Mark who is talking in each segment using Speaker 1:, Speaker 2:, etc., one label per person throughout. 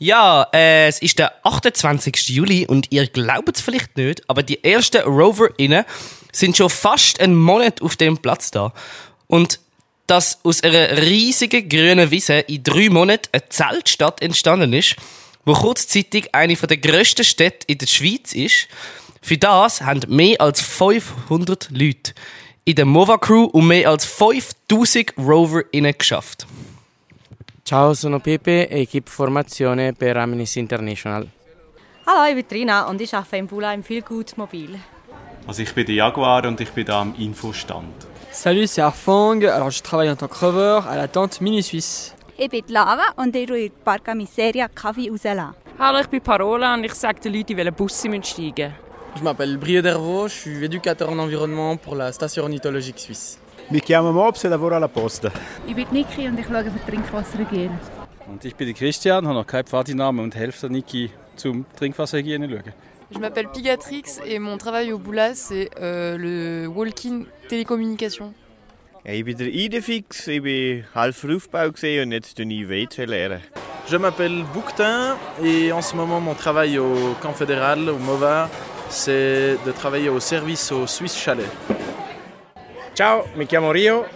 Speaker 1: Ja, äh, es ist der 28. Juli und ihr glaubt es vielleicht nicht, aber die ersten RoverInnen sind schon fast einen Monat auf dem Platz da. Und dass aus einer riesigen grünen Wiese in drei Monaten eine Zeltstadt entstanden ist, wo kurzzeitig eine der grössten Städte in der Schweiz ist, für das haben mehr als 500 Leute in der Mova-Crew und mehr als 5000 RoverInnen geschafft.
Speaker 2: Ciao, sono Pepe, e Equipe Formazione per Amnesty International.
Speaker 3: Hallo, ich bin Trina und ich arbeite im Bula im Feelgood Mobil.
Speaker 4: Also ich bin der Jaguar und ich bin da am Infostand.
Speaker 5: Salut, c'est Arfang. Alors, je travaille en tant que rover à la tente Mini Suisse.
Speaker 6: Ich bin die Lava und ich schaue in die Parca Miseria Kaffee rauslassen.
Speaker 7: Hallo, ich bin Parola und ich sage den Leuten, in welchen Bus sie steigen
Speaker 8: Je m'appelle Brio Dervaux, je suis éducateur en environnement pour la station ornithologique suisse.
Speaker 9: Mi chiamo Mops e lavoro alla posta.
Speaker 10: Ich bin Niki und ich schaue für Trinkwasserhygiene.
Speaker 11: Und ich bin der Christian, habe noch keinen Pfadinamen und helfe Niki zum Trinkwasserhygiene schauen.
Speaker 12: Je m'appelle Pigatrix et mon travail au Boula, c'est euh, le walk-in télécommunication.
Speaker 13: Ich bin der Idefix, ich bin halb Aufbau und jetzt den IW lernen.
Speaker 14: Je m'appelle Bouquetin et en ce moment mon travail au camp fédéral, au MOVA, c'est de travailler au service au Swiss Chalet.
Speaker 15: Ciao, mi chiamo Rio,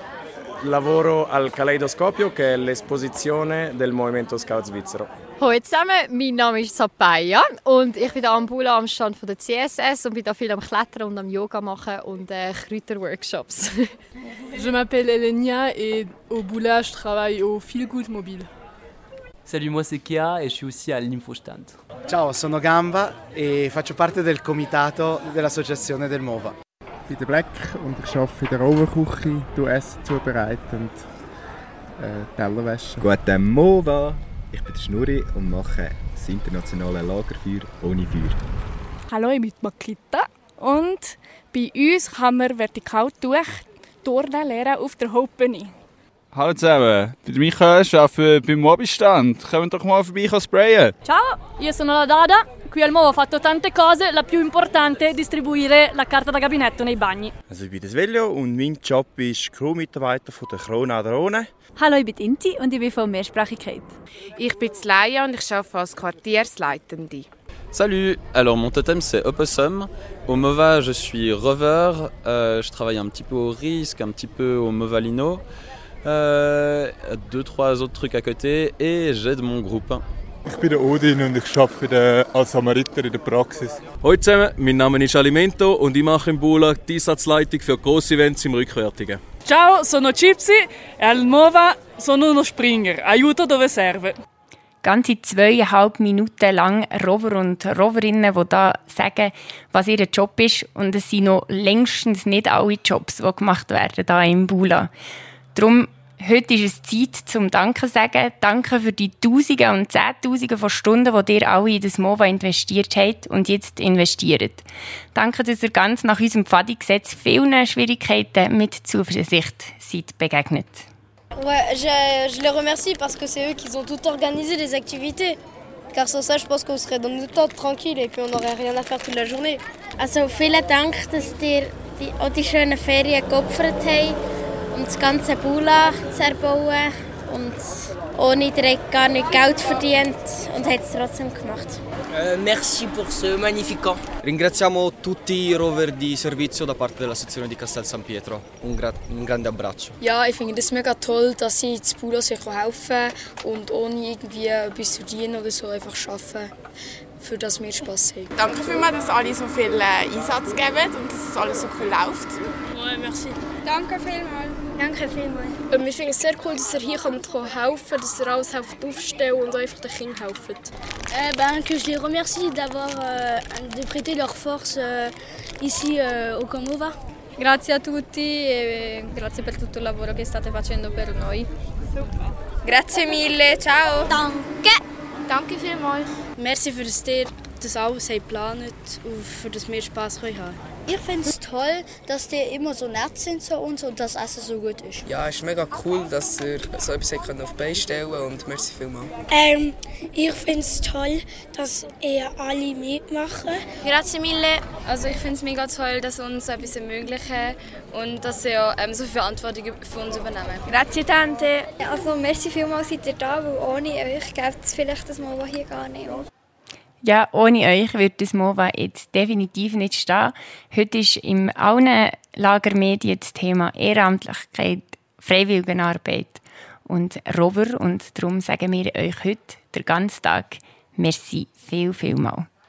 Speaker 15: lavoro al Caleidoscopio che è l'esposizione del Movimento Scout Svizzero.
Speaker 16: Hallo zusammen, mein Name ist Sapaya und ich bin am Bula am Stand von der CSS und bin da viel am Klettern und am Yoga machen und äh, Kräuterworkshops.
Speaker 17: je m'appelle Elenia et au Bula je travaille au Feel Good Mobile.
Speaker 18: Salut, moi c'est Kia et je suis aussi à l'Infostand.
Speaker 19: Ciao, Oh, sono Gamba e faccio parte del comitato dell'associazione del MOVA.
Speaker 20: Ich bin der Black und ich arbeite in der Oberküche, du Essen zubereiten und äh, Teller waschen.
Speaker 4: Guten MOVA! Ich bin der Schnurri und mache das internationale Lagerfeuer ohne Feuer.
Speaker 1: Hallo, ich bin Maklita und bei uns kann man vertikal durch Turnen lernen auf der Hauptbühne.
Speaker 2: Hallo zusammen, ich bin Michael, arbeite äh, beim Mobistand. Kommt doch mal vorbei und sprayen.
Speaker 7: Ciao, io sono la Dada. Qui al Movo ho fatto tante cose, la più importante è distribuire la carta da gabinetto nei bagni.
Speaker 6: Also ich bin das Velio und mein Job ist Crewmitarbeiter von der Krone Drone.
Speaker 17: Hallo, ich bin Inti und ich bin von Mehrsprachigkeit.
Speaker 21: Ich bin Leia und ich arbeite als Quartiersleitende.
Speaker 22: Salut, alors mon totem c'est Opossum. Au MOVA je suis rover, euh, je travaille un petit peu au risque, un petit peu au Movalino. Euh, deux, trois autres trucs à côté et j'aide eh, mon groupe.
Speaker 23: Ich bin der Odin und ich arbeite als Samariter in der Praxis.
Speaker 24: Hallo zusammen, mein Name ist Alimento und ich mache im Bula die Einsatzleitung für Grossevents im Rückwärtigen.
Speaker 25: Ciao, sono Gypsy e al Nova sono uno Springer. Aiuto dove serve.
Speaker 26: Ganze zweieinhalb Minuten lang Rover und Roverinnen, die da sagen, was ihr Job ist. Und es sind noch längstens nicht alle Jobs, die gemacht werden da im Bula. Darum, heute ist es Zeit zum Danke sagen. Danke für die Tausende und Zehntausende von Stunden, die ihr alle in das MOVA investiert habt und jetzt investiert. Danke, dass ihr ganz nach unserem Pfadi-Gesetz vielen Schwierigkeiten mit Zuversicht seid begegnet.
Speaker 27: Ouais, je, je les remercie parce que c'est eux qui ont tout organisé les activités. Car sans ça, je pense qu'on serait dans nos tentes tranquilles et puis on n'aurait rien à faire toute la journée.
Speaker 28: Also, vielen Dank, dass ihr die, auch die schönen Ferien geopfert habt um das ganze Bula zu erbauen. Und ohne direkt gar nicht Geld verdient und hat es trotzdem gemacht.
Speaker 29: Uh, merci pour ce magnifique camp. Ringraziamo tutti i rover di servizio da parte della sezione di Castel San Pietro. Un, gra un grande abbraccio.
Speaker 27: Ja, ich finde es mega toll, dass sie das Bula sich helfen und ohne irgendwie etwas studieren oder so einfach arbeiten für das wir Spass haben.
Speaker 30: Danke vielmals, dass alle so viel äh, Einsatz geben und dass es alles so cool läuft.
Speaker 27: Ja, merci.
Speaker 28: Danke vielmals.
Speaker 27: Danke vielmals. Äh,
Speaker 28: Ähm, ich finde es sehr cool, dass ihr hier kommt, helfen könnt, dass ihr alles helft aufstellen und einfach den Kindern helft.
Speaker 27: Äh, ben, que je les remercie d'avoir, äh, de prêter leur force äh, ici äh, au Camova.
Speaker 28: Grazie a tutti e grazie per tutto il lavoro che state facendo per noi.
Speaker 27: Super.
Speaker 28: Grazie mille, ciao.
Speaker 27: Danke.
Speaker 28: Danke vielmals.
Speaker 27: Merci für das Tier.
Speaker 31: das alles haben geplant, auf- für das wir Spass haben können.
Speaker 32: Ich finde es toll, dass die immer so nett sind zu uns und das Essen so gut ist.
Speaker 33: Ja, es ist mega cool, dass ihr so etwas habt können auf die Beine stellen und merci vielmals.
Speaker 32: Ähm, ich finde es toll, dass ihr alle mitmachen.
Speaker 27: Grazie mille. Also ich finde es mega toll, dass sie uns so etwas ermöglichen und dass sie ja, ähm, so viel Verantwortung für uns übernehmen.
Speaker 28: Grazie tante. Also merci vielmals seid ihr da, weil ohne euch gäbe es vielleicht das Mal hier gar nicht.
Speaker 26: Ja, ohne euch würde das MOVA jetzt definitiv nicht stehen. Heute ist im allen Lagermedien das Thema Ehrenamtlichkeit, Freiwilligenarbeit und Rover. Und darum sagen wir euch heute den ganzen Tag Merci viel, viel mal.